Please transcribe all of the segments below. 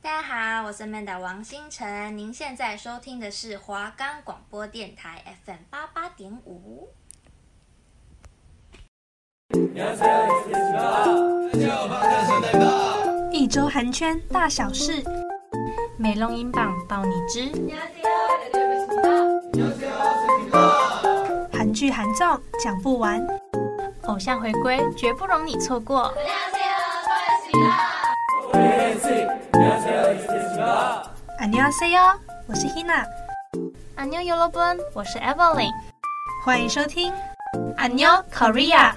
大家好，我是 Manda 王星辰，您现在收听的是华冈广播电台 FM 八八点五。一周韩圈大小事，美容音榜报你知。韩剧韩综讲不完，偶像回归绝不容你错过。안녕하세요，我是 Hina， 안녕여러분，我是 Evelyn。欢迎收听 안녕 Korea。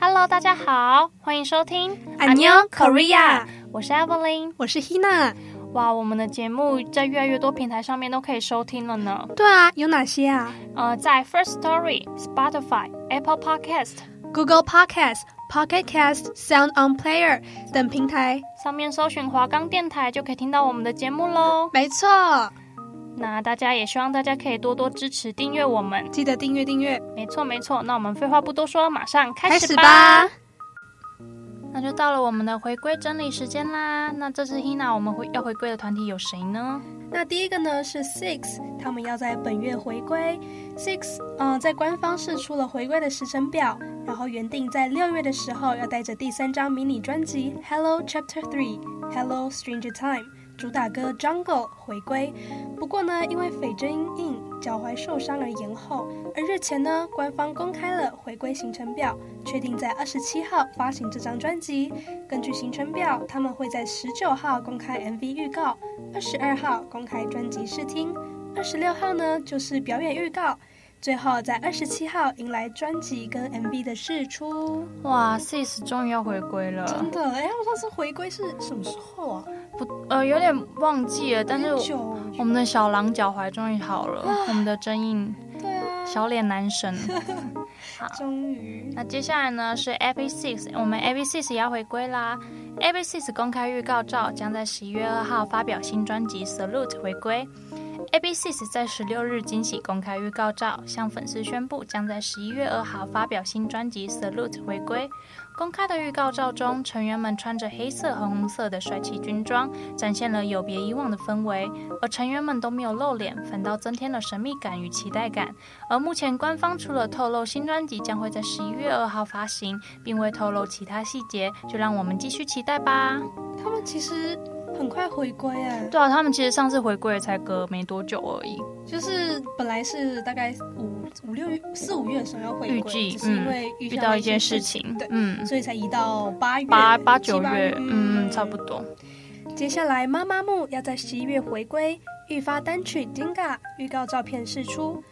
Hello，大家好，欢迎收听 안녕 Korea。我是 Evelyn。我是 Hina。哇，我们的节目在越来越多平台上面都可以收听了呢。对啊，有哪些啊呃，在 First Story、Spotify、Apple Podcast ？Google Podcast、Pocket Cast、Sound On Player 等平台。上面搜寻华冈电台，就可以听到我们的节目喽。没错，那大家也希望大家可以多多支持订阅我们。记得订阅订阅，没错没错，那我们废话不多说，马上开始吧。那就到了我们的回归整理时间啦。那这次 Hina 我们会要回归的团体有谁呢？那第一个呢是 Six，他们要在本月回归。Six，嗯、呃，在官方试出了回归的时程表，然后原定在六月的时候要带着第三张迷你专辑《Hello Chapter Three》《Hello Stranger Time》主打歌《Jungle》回归。不过呢，因为斐真印脚踝受伤而延后。而日前呢，官方公开了回归行程表，确定在二十七号发行这张专辑。根据行程表，他们会在十九号公开 MV 预告。二十二号公开专辑试听，二十六号呢就是表演预告，最后在二十七号迎来专辑跟 MV 的试出。哇，Sis 终于要回归了，真的，哎、我上次回归是什么时候啊？不呃有点忘记了，但是很我久哦，我们的小狼脚踝终于好了，我们的真印对啊，小脸男神。终于，那接下来呢是 AB Six，我们 AB Six 也要回归啦。AB Six 公开预告照将在十一月二号发表新专辑《Salute》回归。AB Six 在十六日惊喜公开预告照，向粉丝宣布将在十一月二号发表新专辑《Salute》回归。公开的预告照中，成员们穿着黑色和红色的帅气军装，展现了有别以往的氛围。而成员们都没有露脸，反倒增添了神秘感与期待感。而目前官方除了透露新专辑将会在十一月二号发行，并未透露其他细节，就让我们继续期待吧。他们其实很快回归哎，对啊，他们其实上次回归才隔没多久而已。就是本来是大概五五六月四五月的时候要回预归，计只嗯是因为遇遇到到一一些件事，情对，嗯，所以才移到八月八八七九月，嗯，差不多。多。接下来，妈妈木要在十一月回归，预发单曲《Dinga》预告照片释出。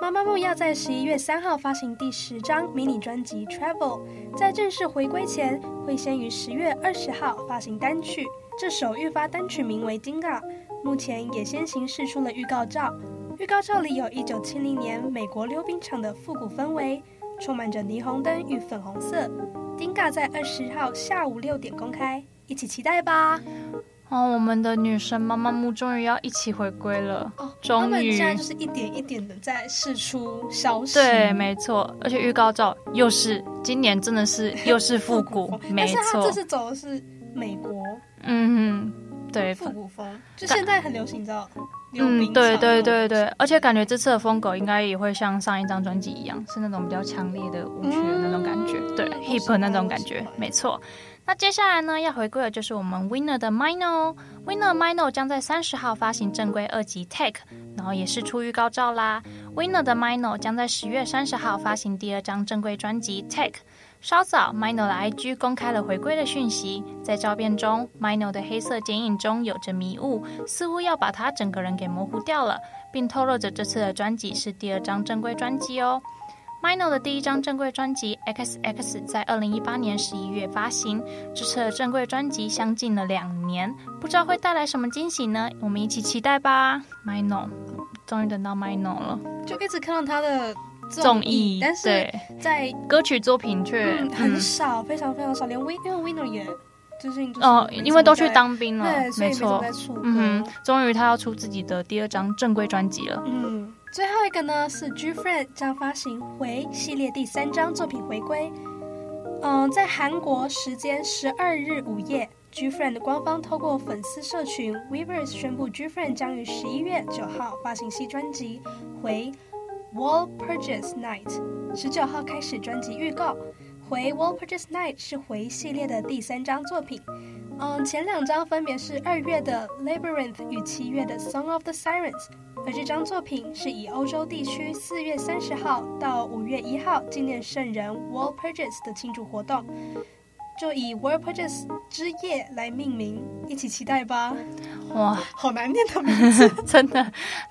妈妈木要在十一月三号发行第十张迷你专辑《Travel》，在正式回归前，会先于十月二十号发行单曲。这首预发单曲名为《Dinga》，目前也先行释出了预告照。预告照里有一九七零年美国溜冰场的复古氛围，充满着霓虹灯与粉红色。《Dinga》在二十号下午六点公开，一起期待吧。哦，我们的女神妈妈木终于要一起回归了，哦，终于他们现在就是一点一点的在试出消息，对，没错，而且预告照又是今年真的是又是复 古风，没但是他错这，次走的是美国嗯哼，对，复古风，就但现在很流行，你知道？溜嗯，冰对场对对对，而且感觉这次的风格应该也会像上一张专辑一样，是那种比较强烈的舞曲的那种感觉，嗯对我喜，hip 欢那种我感喜觉欢，没错。那接下来呢，要回归的就是我们 Winner 的 Mino。Winner Mino 将在三十号发行正规二辑 Take，然后也是出预告照啦。Winner 的 Mino 将在十月三十号发行第二张正规专辑 Take。稍早，Mino 的 IG 公开了回归的讯息，在照片中，Mino 的黑色剪影中有着迷雾，似乎要把他整个人给模糊掉了，并透露着这次的专辑是第二张正规专辑哦。Mino 的第一张正规专辑《XX》在二零一八年十一月发行，这次的正规专辑相近了两年，不知道会带来什么惊喜呢？我们一起期待吧，Mino。终于等到 Mino 了，就一直看到他的综艺艺，但是对在歌曲作品却嗯很少，非常非常少，连 Win 因为 Winner 也最近就是哦，没因为怎么都去在当兵了对，，所以没没怎么错嗯在，出歌，嗯哼，终于他要出自己的第二张正规专辑了。嗯，最后一个呢是 G Friend 将发行《回》系列第三张作品回归。嗯，在韩国时间十二日午夜，G Friend 官方透过粉丝社群 Weverse 宣布，G Friend 将于十一月九号发行新专辑《回 Wall Purchase Night》，十九号开始专辑预告。回 Wall Purchase Night 是回系列的第三张作品，嗯，前两张分别是二月的 Labyrinth 与七月的 Song of the Sirens，而这张作品是以欧洲地区四月三十号到五月一号纪念圣人 Wall Purchase 的庆祝活动，就以 Wall Purchase 之夜来命名，一起期待吧。 哇，好难念的 名字，真的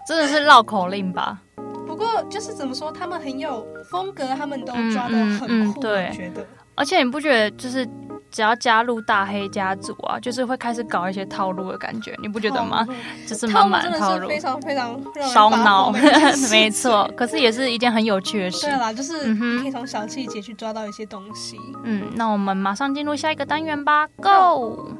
真的是绕口令吧？不过就是怎么说，他们很有风格，他们都抓的嗯嗯很嗯酷，对我觉得。而且你不觉得就是只要加入大黑家族啊，就是会开始搞一些套路的感觉，你不觉得吗套？路？就是套满路满哦真的套是路，非常非常让人烧发脑疯的一 件事，没。错。可是也是一件很有趣的事对。啦，就是嗯哼你可以从小细节去抓到一些东西。嗯，那我们马上进入下一个单元吧，Go。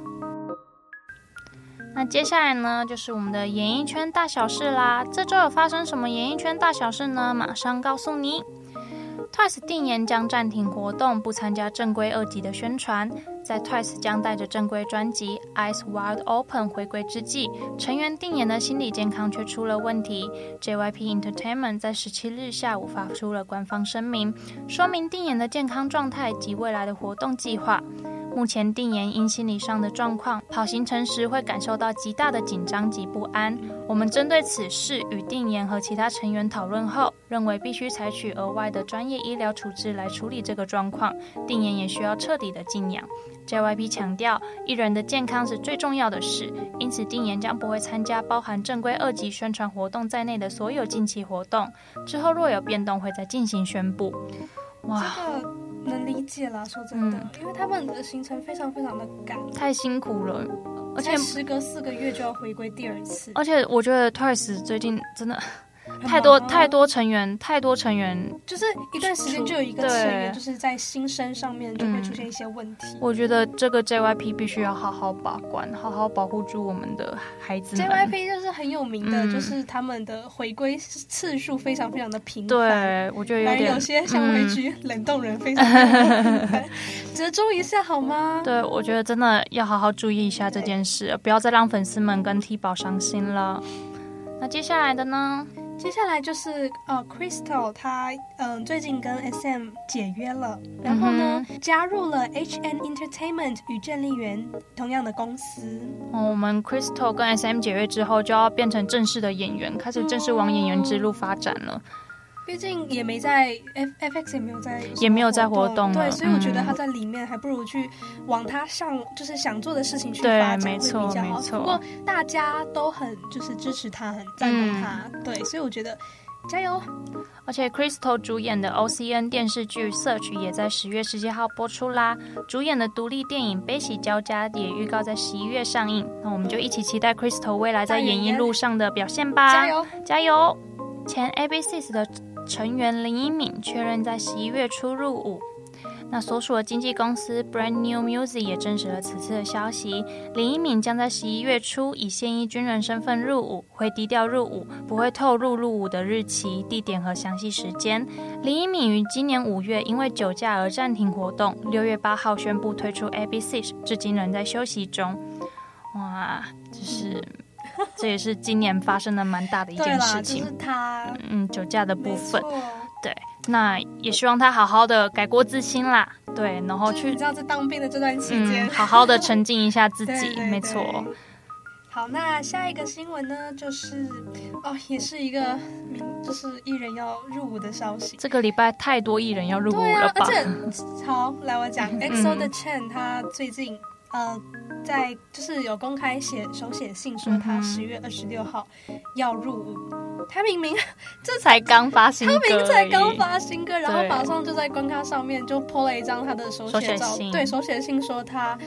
那接下来呢，就是我们的演艺圈大小事啦。这周有发生什么演艺圈大小事呢？马上告诉你。Twice 定言将暂停活动，不参加正规二级的宣传。在 Twice 将带着正规专辑《Eyes Wide Open》回归之际，成员定言的心理健康却出了问题。JYP Entertainment 在十七日下午发出了官方声明，说明定妍的健康状态及未来的活动计划。目前定妍因心理上的状况，跑行程时会感受到极大的紧张及不安。我们针对此事与定妍和其他成员讨论后，认为必须采取额外的专业医疗处置来处理这个状况。定妍也需要彻底的静养。JYP 强调，艺人的健康是最重要的事，因此定妍将不会参加包含正规二级宣传活动在内的所有近期活动。之后若有变动，会再进行宣布。哇，这个能理解啦，说真的嗯，因为他们的行程非常非常的赶，太辛苦了，而且才时隔四个月就要回归第二次，而且我觉得 Twice 最近真的很太多忙啊太，多成员，太多成员，就是一段时间就有一个对成员就是在新生上面就会嗯出现一些问题。我觉得这个 JYP 必须要好好把关，好好保护住我们的孩子们。 JYP 就是很有名的，嗯就是他们的回归次数非常非常的频繁。对，我觉得有男人点嗯有些像回、去冷冻人，非常非 常折中一下好吗？对，我觉得真的要好好注意一下这件事，不要再让粉丝们跟 T 宝伤心了。那接下来的呢？接下来就是呃，Crystal 她嗯、最近跟 SM 解约了，嗯然后呢、加入了 HN Entertainment 与郑丽媛同样的公司，哦，我们 Crystal 跟 SM 解约之后，就要变成正式的演员，开始正式往演员之路发展了。毕竟也没在 F FX 也没有在也没有在活活动了对，所以我觉得嗯她在里面还不如去往她上就是想做的事情去对发展会没比错较好。没错不过大家都很就是支持她，很赞同她，嗯对，所以我觉得加油。而且 Crystal 主演的 OCN 电视剧《Search》也在十月十七号播出啦。主演的独立电影《悲喜交加》也预告在十一月上映。那我们就一起期待 Crystal 未来在演艺路上的表现吧！加！油！加油！前 ABC 的成员林一敏确认在十一月初入伍。那所属的经纪公司 Brand New Music 也证实了此次的消息，林一敏将在十一月初以现役军人身份入伍，会低调入伍，不会透露入伍的日期、地点和详细时间。林一敏于今年五月因为酒驾而暂停活动，六月八号宣布退出 ABC，至今仍在休息中。哇，就是。这也是今年发生的蛮大的一对件啦，事就情是，她嗯，酒驾的部没分错。，那也希望他好好的改过自新啦，对，然后就是你去知道在当兵的这段期间嗯，好好的沉浸一下自己， 对对没对错，好，那下一个新闻呢，就是哦，也是一个名，就是艺人要入伍的消息。这个礼拜太多艺人要入伍对了啊，吧？嗯而且好，来我讲，EXO 的 Chen 他最近呃，在就是有公开写手写信说他嗯哼十月二十六号要入伍，他明明这才刚发新歌而已，明明才刚发新歌，然后对马上就在官咖上面就 po 了一张他的手手写写照信，对手写信说他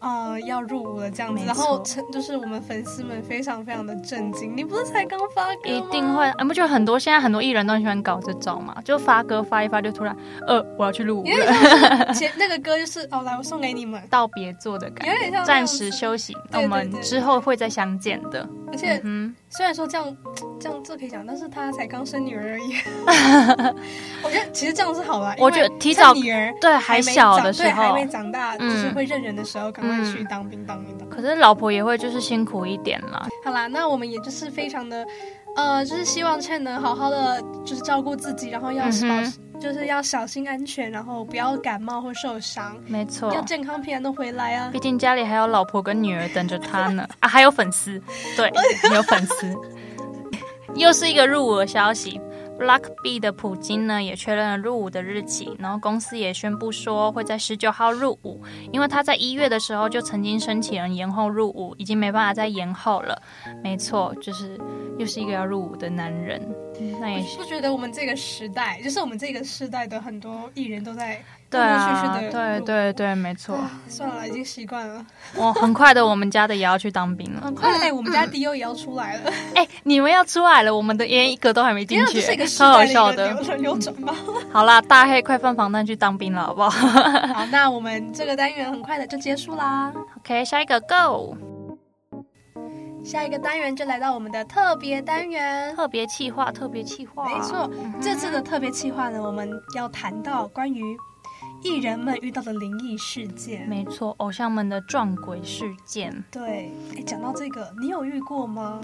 呃要入伍了这样没子，然错后成就是我们粉丝们非常非常的震惊，你不是才刚发歌吗一定哦会，啊你不觉得很多现在很多艺人都很喜欢搞这招嘛？就发歌发一发，就突然，呃，我要去入伍有了，前那个歌就是哦来我送给你们，道别做的感有点觉，像暂那种时休息，那对我对们对之后会再相见的。而且嗯虽然说这样这样这可以讲，但是他才刚生女儿 而已。我觉得其实这样是好啦，我觉得因为提早趁女儿对还还没小长的时对还候，没长大，嗯就是会认人的时候，赶快去嗯当兵，当兵，当兵。可是老婆也会就是辛苦一点啦。好啦，那我们也就是非常的，呃，就是希望倩能好好的就是照顾自己，然后要保、嗯哼就是要小心安全，然后不要感冒或受伤，没错要，健康平安的回来啊毕。竟家里还有老婆跟女儿等着他呢啊，还有粉丝，对，有粉丝。 又是一个入伍的消息，Blackbee 的普京呢也确认了入伍的日期，然后公司也宣布说会在十九号入伍，因为他在一月的时候就曾经申请了延后入伍，已经没办法再延后了。没错，就是又是一个要入伍的男人，那也你是不觉得我们这个时代，就是我们这个时代的很多艺人都在对陆啊陆续，续的对对对，没错。啊，算了，已经习惯了。我很快的，我们家的也要去当兵了。很快，哎、我们嗯家 D O 也要出来了，哎、你们要出来了，我们的连一个都还没因进为去这是一个，时超好代的一笑个的。流流转吧。好啦，大黑快放防弹去当兵了，好不好 好，那我们这个单元很快的就结束啦。 ？OK，下一个 Go 下一个单元就来到我们的特别单元。特别企划，特别企划，没错，这次的特别企划呢，我们要谈到关于艺人们遇到的灵异事件。没错，偶像们的撞鬼事件。对，哎，讲到这个，你有遇过吗？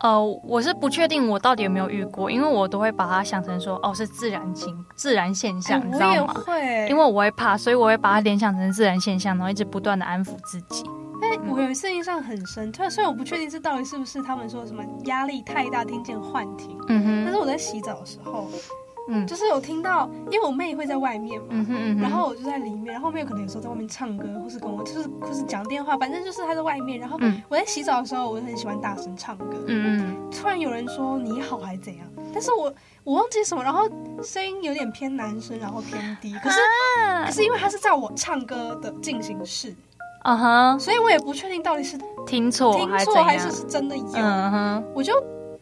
呃，我是不确定我到底有没有遇过，因为我都会把它想成说，哦，是自然情自然现象，哎你知我也道吗？会，因为我会怕，所以我会把它联想成自然现象，然后一直不断的安抚自己。哎我有一次印象很深，虽然虽然我不确定这到底是不是他们说什么压力太大听见幻听，嗯但是哼，我在洗澡的时候，嗯就是有听到，因为我妹会在外面嘛，嗯哼嗯哼，然后我就在里面，然后后面可能有时候在外面唱歌，或是跟我就是或是讲电话，反正就是她在外面。然后嗯我在洗澡的时候，我很喜欢大声唱歌。嗯嗯。突然有人说你好还怎样，但是我我忘记什么，然后声音有点偏男生，然后偏低。啊可是、可是因为他是在我唱歌的进行式，嗯哼，所以我也不确定到底是听错听哦还是错怎还样是是真的有。嗯哼，我就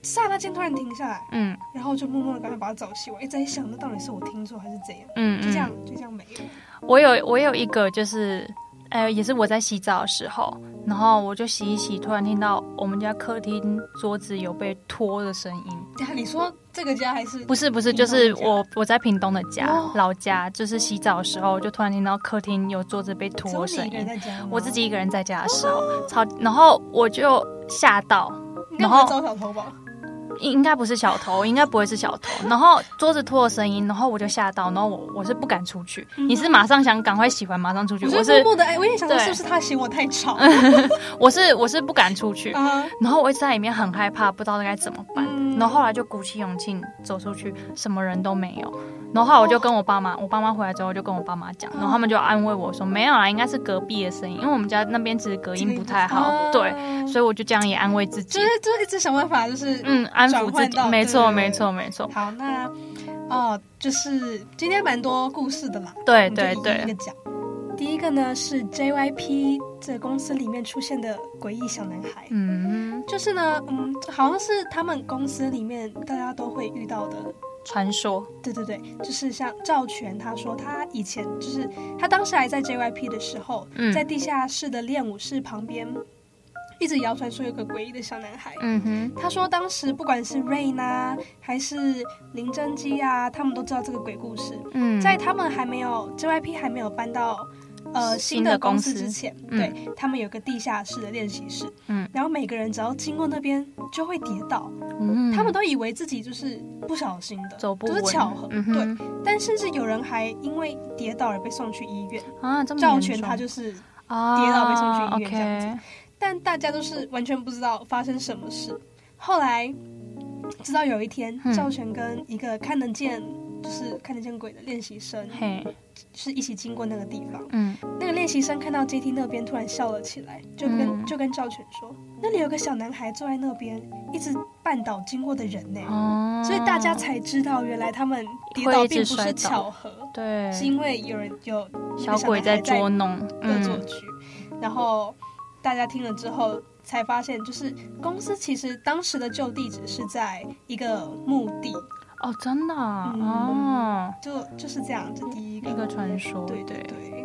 刹那间突然停下来，嗯然后就默默的赶快把它找齐。我一直在想，那到底是我听错还是怎样？嗯就这样嗯。，就这样没了。我有我有一个就是，呃，也是我在洗澡的时候，然后我就洗一洗，突然听到我们家客厅桌子有被拖的声音。等一下你说这个家还是不是不是，屏东就的是家我我在屏东的家、哦老家，就是洗澡的时候，就突然听到客厅有桌子被拖的只有声你一个人音。在家吗我自，己一个人在家的时候，超，然后我就吓到，你干然嘛后招小偷吧？应应该不是小偷，应该不会是小偷。然后桌子拖的声音，然后我就吓到，然后我我是不敢出去。嗯你是马上想赶快洗完马上出去，我我就是默默的，哎，我也想说对是不是他嫌我太 吵我是我是不敢出去。啊？然后我一直在里面很害怕，不知道该怎么办。嗯然后后来就鼓起勇气走出去，什么人都没有。然后后来我就跟我爸妈，我爸妈回来之后就跟我爸妈嗯讲，然后他们就安慰我说没有啊啦，应该是隔壁的声音，因为我们家那边其实隔音不太好，啊对，所以我就这样也安慰自己就，是就是一直想办法，就是嗯，安抚转自换己到，没错对没错没错，好那哦，就是今天蛮多故事的啦，我对们对就一哎对一，个讲。第一个呢是 JYP 这个公司里面出现的诡异小男孩，嗯，就是呢，嗯，好像是他们公司里面大家都会遇到的传说，对对对，就是像赵权，他说他以前就是他当时还在 JYP 的时候，嗯在地下室的练舞室旁边，一直谣传说有个诡异的小男孩。嗯哼，他说当时不管是 Rain 啊，还是林真姬啊，他们都知道这个鬼故事。嗯，在他们还没有 JYP 还没有搬到呃新新的的公公司司之前，嗯对他们有个地下室的练习室，嗯，然后每个人只要经过那边就会跌倒，嗯他们都以为自己就是不小心的，走不就稳，是巧合，嗯对。哼，但甚至有人还因为跌倒而被送去医院。啊，这么赵严权重他就是，啊跌倒被送去医院 OK，这样子但大家都是完全不知道发生什么事。后来直到有一天，嗯赵权跟一个看得见。就是看得见鬼的练习生，嘿，是一起经过那个地方。嗯，那个练习生看到阶梯那边，突然笑了起来，就跟、嗯就跟赵权说：“那里有个小男孩坐在那边，一直绊倒经过的人呢、哦，所以大家才知道，原来他们跌倒会一并直不摔是倒巧合，对是因为有人有那个小鬼男在孩捉弄，恶作嗯，剧，然后大家听了之后才发现，就是公司其实当时的旧地址是在一个墓地，哦，真的啊嗯哦，就就是这样，这第一一个，个传说，对对对，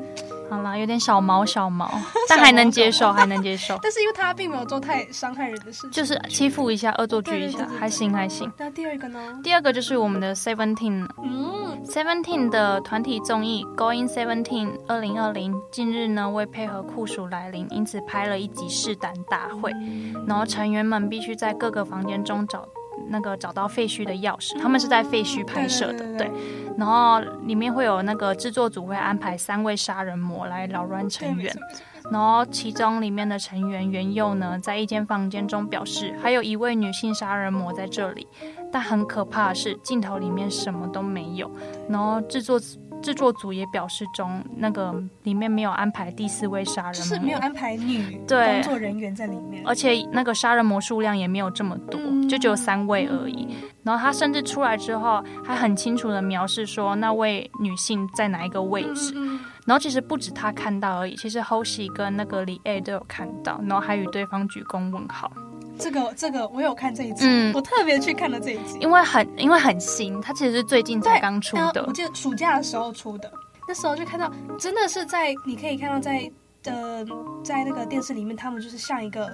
好啦，有点小毛 小毛，但还能接受，还能接受， 但是因为他并没有做太伤害人的事情。就是欺负一下，恶作剧一对下对对，对还行还行。那第二个呢？第二个就是我们的 Seventeen 嗯， Seventeen 的团体综艺《Going Seventeen 二零二零》近日呢为配合酷暑来临，因此拍了一集试胆大会，嗯然后成员们必须在各个房间中找那个找到废墟的钥匙，他们是在废墟拍摄的，对对对对。然后里面会有那个制作组会安排三位杀人魔来扰乱对，成没员错，没错没错然后其中里面的成员元佑呢，在一间房间中表示，还有一位女性杀人魔在这里，但很可怕的是镜头里面什么都没有。然后制作制作组也表示中，那个里面没有安排第四位杀人魔，就是没有安排女对呃工作人员在里面。而且那个杀人魔数量也没有这么多，嗯就只有三位而已。然后他甚至出来之后，还很清楚的描示说那位女性在哪一个位置。嗯，然后其实不止他看到而已，其实 Hoshi 跟那个李 A 都有看到，然后还与对方鞠躬问好，嗯这个这个我有看这一集，嗯我特别去看了这一集。因为很因为很新，他其实是最近才对刚出那的我，记得暑假的时候出的，那时候就看到，真的是在你可以看到在呃在那个电视里面，他们就是像一个，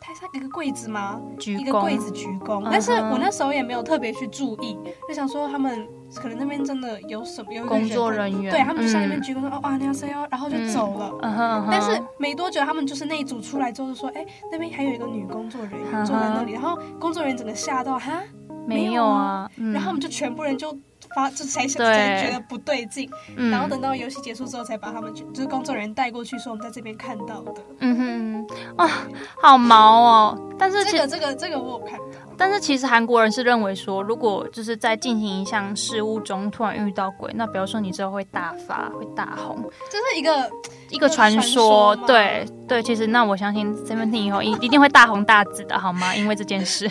它像一个柜子吗？鞠一个柜躬。子鞠躬嗯哼，但是我那时候也没有特别去注意，就想说他们可能那边真的有什么有一个工作人员对他们就在那边嗯鞠躬说、哦哇你好 C 哦，然后就走了。嗯哼嗯哼但是没多久，他们就是那一组出来之后就说，哎、那边还有一个女工作人嗯员坐在那里，然后工作人员整个吓到哈，没有啊，嗯然后我们就全部人就发，就谁谁对谁觉得不对劲，嗯然后等到游戏结束之后才把他们就就是工作人员带过去，说我们在这边看到的。嗯哼嗯啊，好毛哦。但是其这个这个这个我有看到，但是其实韩国人是认为说，如果就是在进行一项事务中突然遇到鬼，那比如说你之后会大发、会大红，这是一个一个传传说说吗，对对，其实那我相信 Seventeen 以后一一定会大红大紫的，好吗？因为这件事，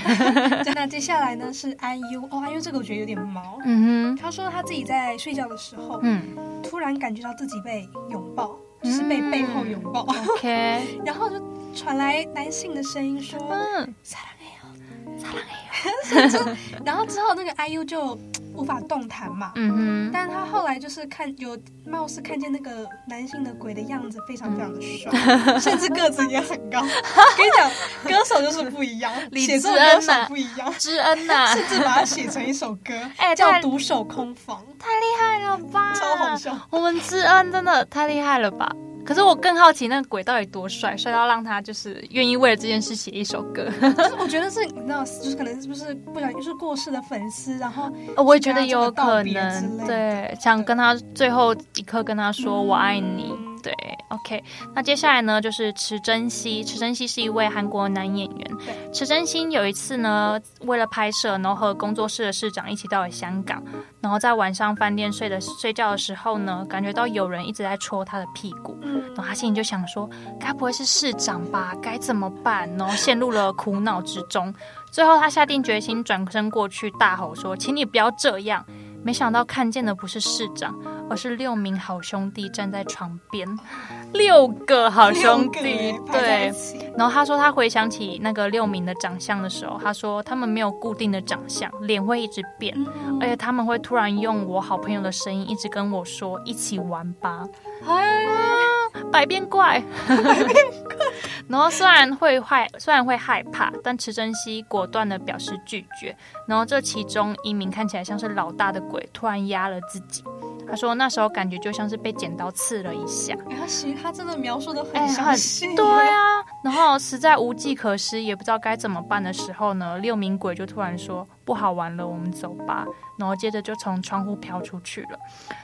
那接下来呢是 IU 哦，IU 这个我觉得有点毛。 嗯哼，他说他自己在睡觉的时候，嗯突然感觉到自己被拥抱，就是被背后拥抱，嗯，OK， 然后就传来男性的声音说嗯， “撒浪嘿哦，撒浪嘿哦” 所以就，然后之后那个 IU 就无法动弹嘛。 嗯哼，但他后来就是看有貌似看见那个男性的鬼的样子，非常非常的帅， 甚至个子也很高。跟你讲，歌手就是不一样，李写作智恩歌手呐不一样。知恩呐、甚至把它写成一首歌， 哎叫太《独守空房太厉害了吧》，！超好笑。 我们知恩真的太厉害了吧？可是我更好奇那个鬼到底多帅，帅到让他就是愿意为了这件事写一首歌。就是我觉得是，你知道，就是可能是不是不小心就是过世的粉丝，然后呃我也觉得是有可跟他做个道别之类能，的对，想跟他最后一刻跟他说我爱你。对，OK。那接下来呢，就是池珍熙。池珍熙是一位韩国男演员。对池珍熙有一次呢，为了拍摄，然后和工作室的市长一起到了香港，然后在晚上饭店睡的睡觉的时候呢，感觉到有人一直在戳他的屁股。嗯然后他心里就想说，该不会是市长吧？该怎么办？然后陷入了苦恼之中。最后，他下定决心，转身过去大吼说：“请你不要这样！”没想到看见的不是市长，而是六名好兄弟站在床边，六个好兄弟六，个人排在对一。起然后他说，他回想起那个六名的长相的时候，他说他们没有固定的长相，脸会一直变，嗯而且他们会突然用我好朋友的声音一直跟我说：“一起玩吧。”哎，百变怪， 然后虽然会害，虽然会害怕，但池珍熙果断的表示拒绝。然后这其中一名看起来像是老大的鬼，突然压了自己。他说那时候感觉就像是被剪刀刺了一下。他其实他真的描述的很哎详很细，对啊，然后实在无计可施，也不知道该怎么办的时候呢，六名鬼就突然说不好玩了，我们走吧。然后接着就从窗户飘出去了。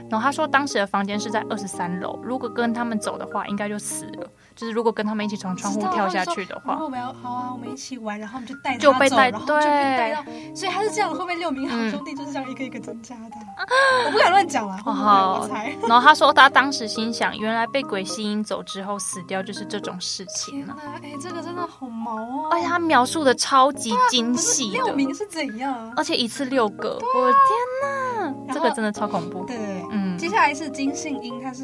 然后他说当时的房间是在二十三楼，如果跟他们走的话，应该就死了。就是如果跟他们一起从窗户知道啊跳下去的如 话果，我们要好啊，我们一起玩，然后我们就带他就被走带然后就被带对到，所以他是这样，会不会六名好嗯兄弟就是这样一个一个增加的？我不敢乱 讲了，会不会我好猜。然后他说他当时心想，原来被鬼吸引走之后死掉就是这种事情天了。哪，哎，这个真的好毛哦！而且他描述的超级精不是哎细的，嗯六名是怎样啊？而且一次六个，我的天哪，然这后个真的超恐怖。对对对，嗯接下来是金信英，他是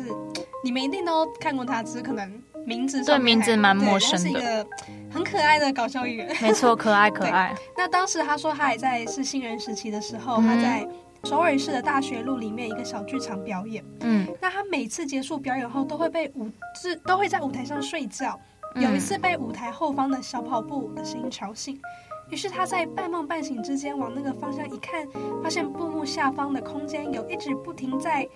你们一定都看过他，只是可能名字对上面名字还蛮对陌他生是一的个很可爱的搞笑 艺人。 没错，可爱可爱。那当时他说他还在是新人时期的时候，嗯他在首尔市的大学路里面一个小剧场表演。嗯，那他每次结束表演后，都会被舞是都会在舞台上睡觉。嗯有一次被舞台后方的小跑步舞的声音吵醒，于是他在半梦半醒之间往那个方向一看，发现布幕下方的空间有一直不停在，就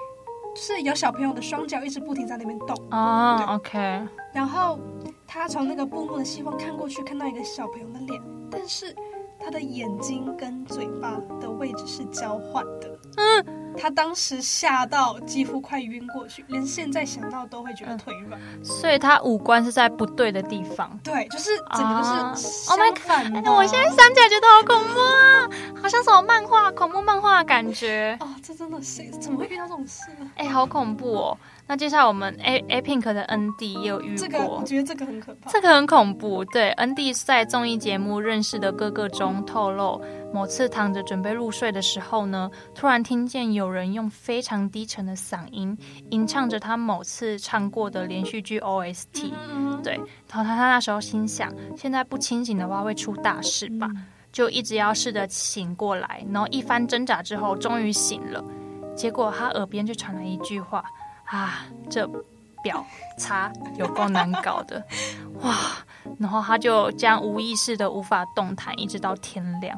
是有小朋友的双脚一直不停在那边动。哦对，OK，然后他从那个布幕的西缝看过去，看到一个小朋友的脸，但是他的眼睛跟嘴巴的位置是交换的。嗯，他当时吓到几乎快晕过去，连现在想到都会觉得腿软。所以他五官是在不对的地方。对，就是整个啊都是 Oh my 相反的。哎，我现在想起来觉得好恐怖啊，好像什么漫画、恐怖漫画的感觉。哦，这真的是怎么会遇到这种事呢？哎，好恐怖哦。那接下来我们 A A Pink 的 ND 也有遇这个过我。觉得这个很可怕。这个很恐怖。对恩蒂在综艺节目《认识的哥哥》中透露，某次躺着准备入睡的时候呢，突然听见有人用非常低沉的嗓音吟唱着他某次唱过的连续剧 OST。嗯对，然后他他那时候心想，现在不清醒的话会出大事吧，嗯就一直要试着醒过来，然后一番挣扎之后，终于醒了。结果他耳边就传来一句话：“啊，这表差有够难搞的，哇！”然后他就这样无意识的无法动弹，一直到天亮。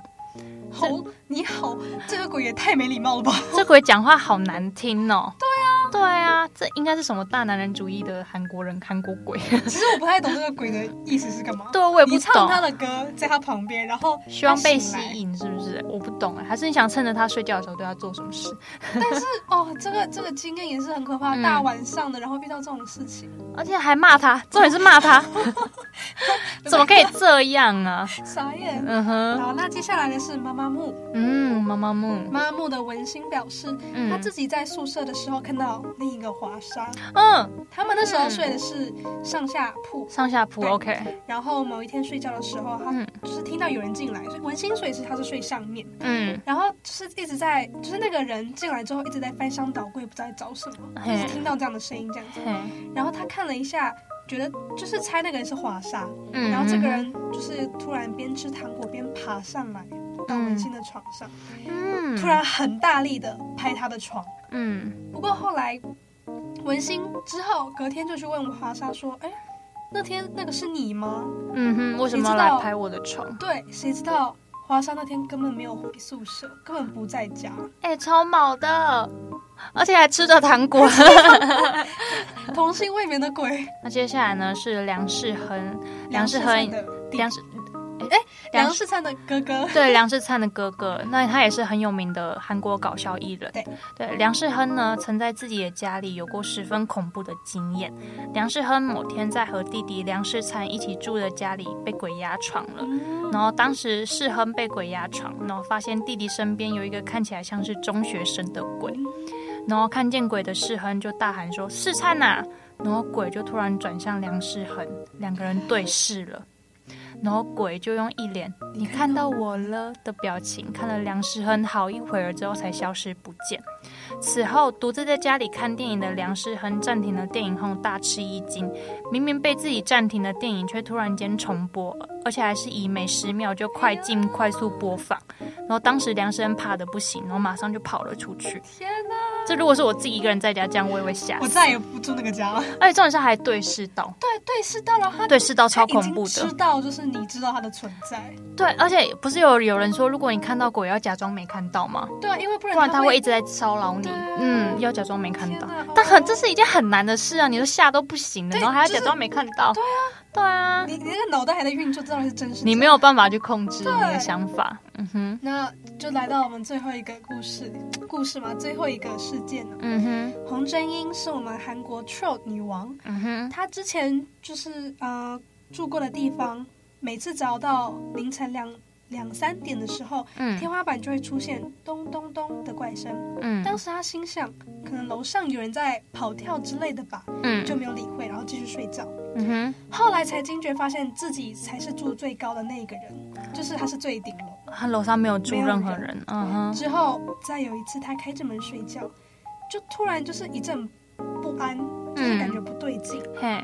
好，你好，这个鬼也太没礼貌了吧？这鬼讲话好难听哦。对啊，对啊，这应该是什么大男人主义的韩国人、韩国鬼？其实我不太懂这个鬼的意思是干嘛。对，我 也不你唱懂。他的歌，在他旁边，然后希望被他吸醒来。引是不是？我不懂哎，还是你想趁着他睡觉的时候对他做什么事？但是哦，这个这个经验也是很可怕，嗯大晚上的，然后遇到这种事情，而且还骂他，重点是 骂他，怎么可以这样啊？傻眼？嗯哼，好，那接下来的是妈妈木。嗯，妈妈木，妈妈木的文心表示，她嗯自己在宿舍的时候看到另一个华沙，嗯，他们那时候睡的是上下铺，上下铺对，OK，然后某一天睡觉的时候，她嗯就是听到有人进来，所以文心睡是她是睡上面，嗯，然后就是一直在，就是那个人进来之后一直在翻箱倒柜，不知道在找什么，嘿一直听到这样的声音这样子，嘿，然后她看了一下，觉得就是猜那个人是华沙，嗯，然后这个人就是突然边吃糖果边爬上来到文心的床上，嗯，嗯突，然很大力的拍他的床。嗯，不过后来文心之后隔天就去问华莎说：“哎，那天那个是你吗嗯哼，为什么要来拍我的床？”？对，谁知道华莎那天根本没有回宿舍，根本不在家，哎，超毛的，而且还吃着糖果。 童心未泯的鬼，那接下来呢是梁世恒，梁世灿恒，的弟梁世，哎，梁梁世灿的哥哥，对，梁世灿的哥哥，那他也是很有名的韩国搞笑艺人。对梁世亨呢，曾在自己的家里有过十分恐怖的经验。梁世亨某天在和弟弟梁世灿一起住的家里被鬼压床了。然后当时世亨被鬼压床，然后发现弟弟身边有一个看起来像是中学生的鬼，然后看见鬼的世亨就大喊说：“啊世灿呐、然后鬼就突然转向梁世恒，两个人对视了。然后鬼就用一脸“你看到我了”的表情看了梁世亨好一会儿之后才消失不见。此后，独自在家里看电影的梁世亨暂停了电影后大吃一惊，明明被自己暂停的电影却突然间重播，而且还是以每十秒就快进快速播放。然后当时梁世亨怕的不行，然后马上就跑了出去。天哪！这如果是我自己一个人在家，这样我也会吓我死。再也不住那个家了。而且重点是还对视到，对对，是到了他。对视到他超已恐怖经的知。道，就是你知道他的存在，对，而且不是有有人说，如果你看到鬼，要假装没看到吗？对啊，因为不然不然他会一会直在骚扰你对。啊嗯，要假装没看到天哪。但很哦这是一件很难的事啊，你都吓都不行了，对然后还要就是假装没看到。对啊，对啊，你你那个脑袋还在运作，知道是真实。你没有办法去控制你的对想法。嗯哼，那就来到我们最后一个故事，故事嘛，最后一个事件了。嗯哼，洪真英是我们韩国 Troll 女王，嗯哼，她之前就是呃住过的地方，每次只要到凌晨两两三点的时候，天嗯花板就会出现咚咚咚的怪声。当嗯时她心想，可能楼上有人在跑跳之类的吧，嗯，就没有理会，然后继续睡觉。嗯哼后来才惊觉，发现自己才是住最高的那一个人，就是她是最顶楼。，他楼上没有住没有任何人人。嗯哼，之后，再有一次他开着门睡觉，就突然就是一阵不安，就是感觉不对劲。嘿，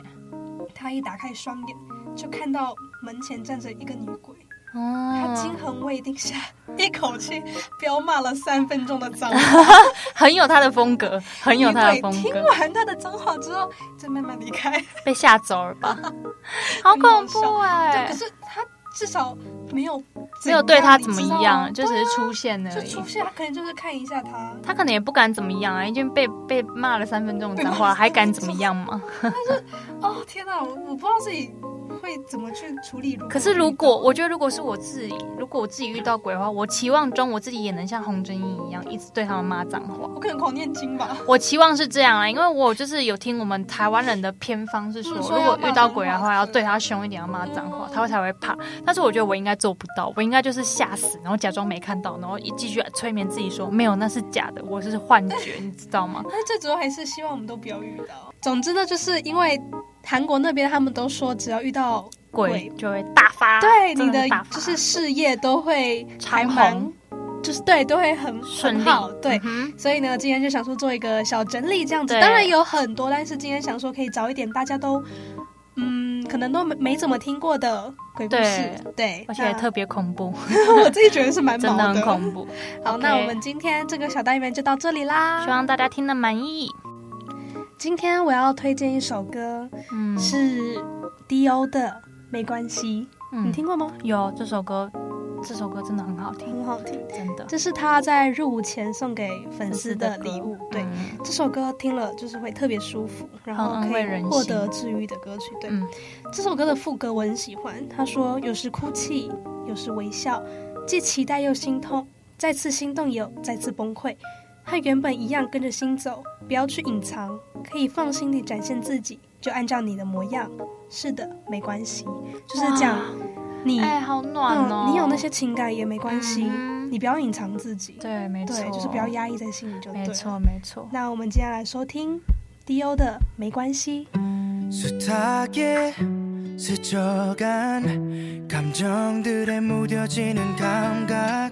他一打开双眼，就看到门前站着一个女鬼，哦，他惊魂未定下一口气飙骂了三分钟的脏话。很有他的风格， 很有他的风因为听格，完他的脏话之后，再慢慢离开。被吓走了 吧？好恐怖对，哎、可是他至少没有没有对他怎么你知道吗样，就只是出现而就已出。现，他可能就是看一下他。他可能也不敢怎么样啊，已经被被骂了三分钟的被脏骂话，了还敢怎么样吗？哦天哪，我我不知道自己会怎么去处理。可是如果我觉得，如果是我自己，如果我自己遇到鬼的话，我期望中我自己也能像洪真英一样，一直对他们骂脏话。我可能狂念经吧， 我期望是这样啊，因为我就是有听我们台湾人的偏方是说，嗯如说果遇到鬼的要骂脏话，话要对他凶一点，要骂脏话，他会才会怕。但是我觉得我应该做不到，我应该就是吓死，然后假装没看到，然后一继续催眠自己说没有，那是假的，我是幻觉，你知道吗？但最主要还是希望我们都不要遇到。总之呢，就是因为韩国那边他们都说，只要遇到鬼就会大发，对啊真你的的是大发就是事业都会还长蛮虹，就是对都会很顺很利好，，对嗯。哼所以呢，今天就想说做一个小整理这样子，对当然有很多，但是今天想说可以找一点大家都，嗯，可能都没没怎么听过的鬼故事，对，而且那特别恐怖， 我自己觉得是蛮真毛的很 恐怖。好，那 OK 我们今天这个小单元就到这里啦。希望大家听得满意。今天我要推荐一首歌，嗯，是 D.O 的《没关系》，你嗯，听过吗？有这首歌，这首歌真的很好听，很好听，真的。这是他在入伍前送给粉丝的礼物。对，嗯这首歌听了就是会特别舒服，然后安可慰以人心获得治愈的歌曲。对，嗯这首歌的副歌我很喜欢，他说有时哭泣，有时微笑，既期待又心痛，再次心动又再次崩溃。和原本一样跟着心走，不要去隐藏，可以放心地展现自己，就按照你的模样。是的，没关系，就是讲你，哎，好暖哦嗯，！你有那些情感也没关系，嗯你不要隐藏自己，对，没错，对，就是不要压抑在心里就对没了。错，没错。那我们接下来收听 D.O 的《没关系》。 숱하게 스쳐간 감정들에 무뎌지는 감각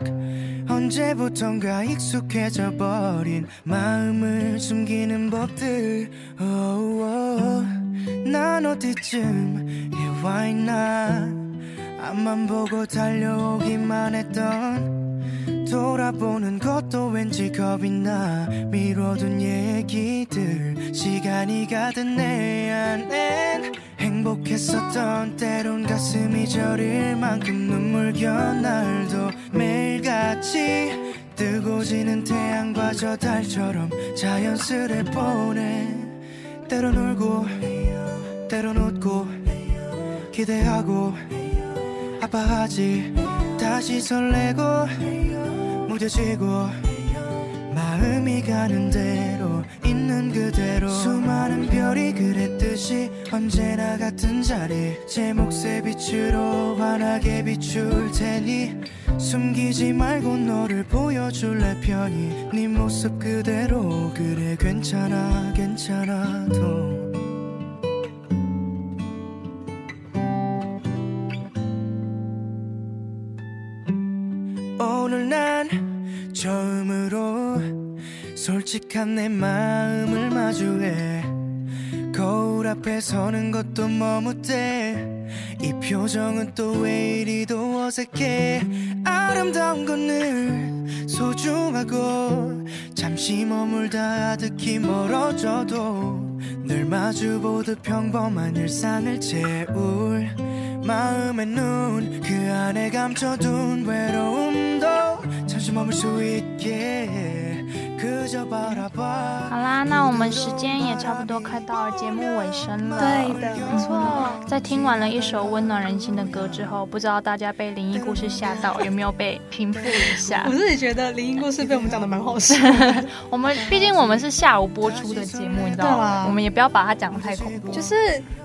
언제부턴가 익숙해져 버린 마음을 숨기는 법들 오오오. 난 어디쯤 이 와있나 앞만 보고 달려오기만 했던 돌아보는 것도 왠지 겁이 나 미뤄둔 얘기들 시간이 가득 내 안엔 행복했었던 때론 가슴이 저릴 만큼 눈물겨운 날도 매일같이 뜨고 지는 태양과 저 달처럼 자연스레 보내 때론 울고 때론 웃고 기대하고 아파하지 다시 설레고 무뎌지고 마음이 가는 대로 있는 그대로 수많은 별이 그랬듯이 언제나 같은 자리 제 몫의 빛으로 환하게 비출 테니 숨기지 말고 너를 보여줄래 편히 네 모습 그대로 그래 괜찮아 괜찮아도 오늘 난 처음으로 솔직한 내 마음을 마주해 거울 앞에 서는 것도 머뭇대 이 표정은 또 왜 이리도 어색해 아름다운 건 늘 소중하고 잠시 머물다 아득히 멀어져도 늘 마주보듯 평범한 일상을 채울 마음의 눈 그 안에 감춰둔 외로움도 잠시 머물 수 있게 그저 바라봐 好啦，那我们时间也差不多快到了节目尾声了。嗯对的，没错。在听完了一首温暖人心的歌之后，不知道大家被灵异故事吓到有没有被平复一下我？自己觉得灵异故事被我们讲的蛮好笑， 我们毕竟我们是下午播出的节目，你知道对吗啊？我们也不要把它讲得太恐怖，就是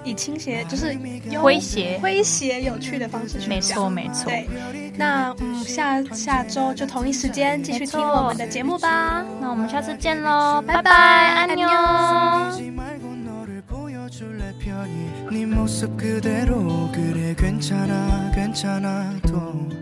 以倾斜，就是用诙谐。诙谐有趣的方式去讲。没错，没错。对，那嗯，下下周就同一时间继续听我们的节目吧。那我们下次见喽，拜拜拜，拜安妞。 보지 말고 너를 보여줄래 편히 네 모습 그대로 그래 괜찮아 괜찮아 또